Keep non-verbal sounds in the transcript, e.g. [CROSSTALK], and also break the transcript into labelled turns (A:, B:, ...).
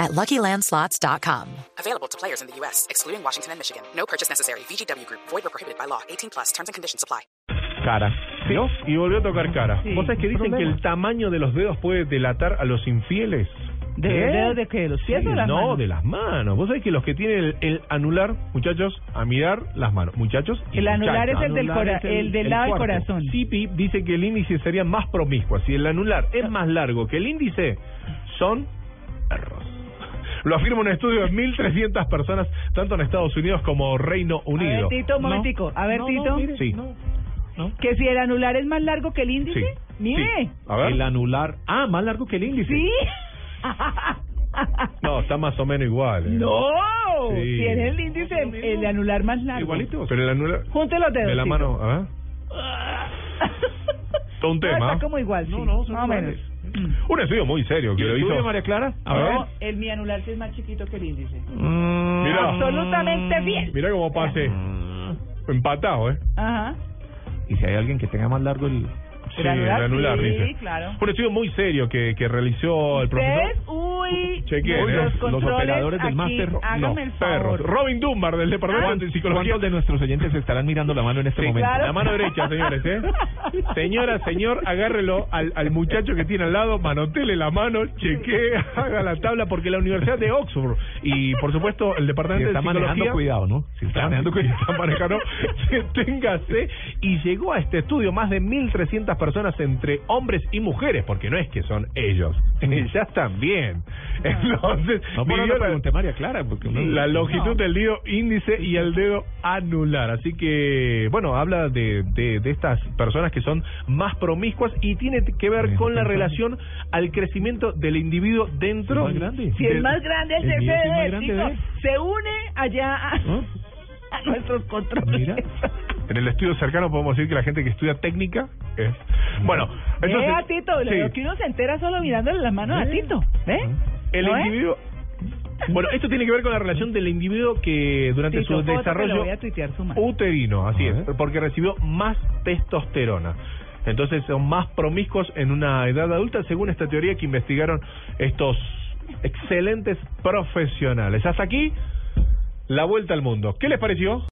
A: at luckylandslots.com.
B: Available to players in the U.S., excluding Washington and Michigan. No purchase necessary. VGW Group, void or prohibited by law. 18 plus terms and conditions apply.
C: cara. ¿Vio? Y volvió a tocar cara.
D: Sí,
C: ¿Vos sabés que dicen
D: problema.
C: que el tamaño de los dedos puede delatar a los infieles?
D: ¿De, de, de qué? ¿Los pies
C: Sí,
D: o las
C: no,
D: manos?
C: de las manos. Vos sabés que los que tienen el, el anular, muchachos, a mirar las manos. Muchachos, y
D: El anular
C: muchachas.
D: es el del cora-
C: es
D: el del lado del
C: cuarto.
D: corazón.
C: CP dice que el índice sería más promiscuo. Si el anular es más largo que el índice, son perros. Lo afirma un estudio de 1.300 personas, tanto en Estados Unidos como Reino
D: A
C: Unido.
D: ver, Tito, un momentico. A ver, Tito,
C: sí.
D: que si el anular es más largo que el índice,
C: Sí.
D: mire.
C: Sí. A ver.
E: El anular. Ah, más largo que el índice.
D: ¿Sí?
C: No, está más o menos igual. eh.
D: ¡No!
C: Sí.
D: Tiene el índice, el anular más largo.
C: Igualito. Pero el anular.
D: Junte los dedos.
C: De la
D: Tito. [LAUGHS]
C: mano. A ver. Todo un
D: No,
C: tema.
D: está como igual, sí.
C: No, no, son
D: Más o menos.
C: iguales. Un estudio muy serio que
E: ¿Y
C: lo
E: el tuyo,
C: hizo.
E: María Clara? A ver.
D: No, el mi anular sí es más chiquito que el índice.
E: Mm.
C: Mira,
D: Absolutamente bien.
C: mira cómo pase. Empatado, ¿eh?
D: Ajá.
E: Y si hay alguien que tenga más largo el...
D: El anular,
C: el anular,
D: sí,
C: dice.
D: claro.
C: Un estudio muy serio que, que realizó el profesor.
D: ¿Ves? Uy,
C: Chequen,
D: uy,
C: ¿eh?
D: los,
C: Los
D: controles
E: operadores del
D: aquí,
E: máster, no,
D: Hágame el favor. Ah,
C: Perros. Robin Dunbar del Departamento de Psicología.
E: ¿Cuántos de nuestros oyentes estarán mirando la mano en este
C: Sí,
E: momento?
D: claro.
C: La mano derecha, señores,
E: [LAUGHS]
C: ¿eh? Señora, señor, agárrelo al, al muchacho que tiene al lado, manotele la mano, chequee, haga la tabla, porque la Universidad de Oxford y, por supuesto, el
E: Si
C: Departamento
E: está
C: de
E: manejando,
C: Psicología...
E: cuidado, ¿no? Si está manejando,
C: que
E: cuidado.
C: está
E: [LAUGHS]
C: manejando, téngase. Y llegó a este estudio más de 1.300 personas entre hombres y mujeres, porque no es que son ellos, [LAUGHS] ya están bien. Entonces,
E: No por
C: vivió
E: eso
C: la-
E: pregunté María Clara, porque uno-
C: la longitud del dedo índice y el dedo anular. Así que, bueno, habla de, de, de estas personas que son más promiscuas y tiene que ver con la relación al crecimiento del individuo dentro.
E: ¿Es más grande?
D: Si
C: [LAUGHS]
D: es más grande el
E: El mío sí es más
D: tercer
E: grande,
D: dedo,
E: ¿ve?
D: se une allá Ah, a, [LAUGHS]
E: ¿No?
D: a nuestros controles.
E: Mira.
C: En el estudio cercano podemos decir que la gente que estudia técnica es. Bueno, entonces.
D: Ve ¿Eh, a Tito,
C: Sí.
D: lo que uno se entera solo mirándole las manos a Tito, ¿ve?
C: El
D: ¿No es?
C: individuo. Bueno, esto tiene que ver con la relación del individuo que durante
D: Tito,
C: su
D: Jota,
C: desarrollo
D: te lo voy a tuitear su mano.
C: uterino, así
E: A
C: es,
E: ver.
C: porque recibió más testosterona. Entonces son más promiscuos en una edad adulta, según esta teoría que investigaron estos excelentes profesionales. Hasta aquí, la vuelta al mundo. ¿Qué les pareció?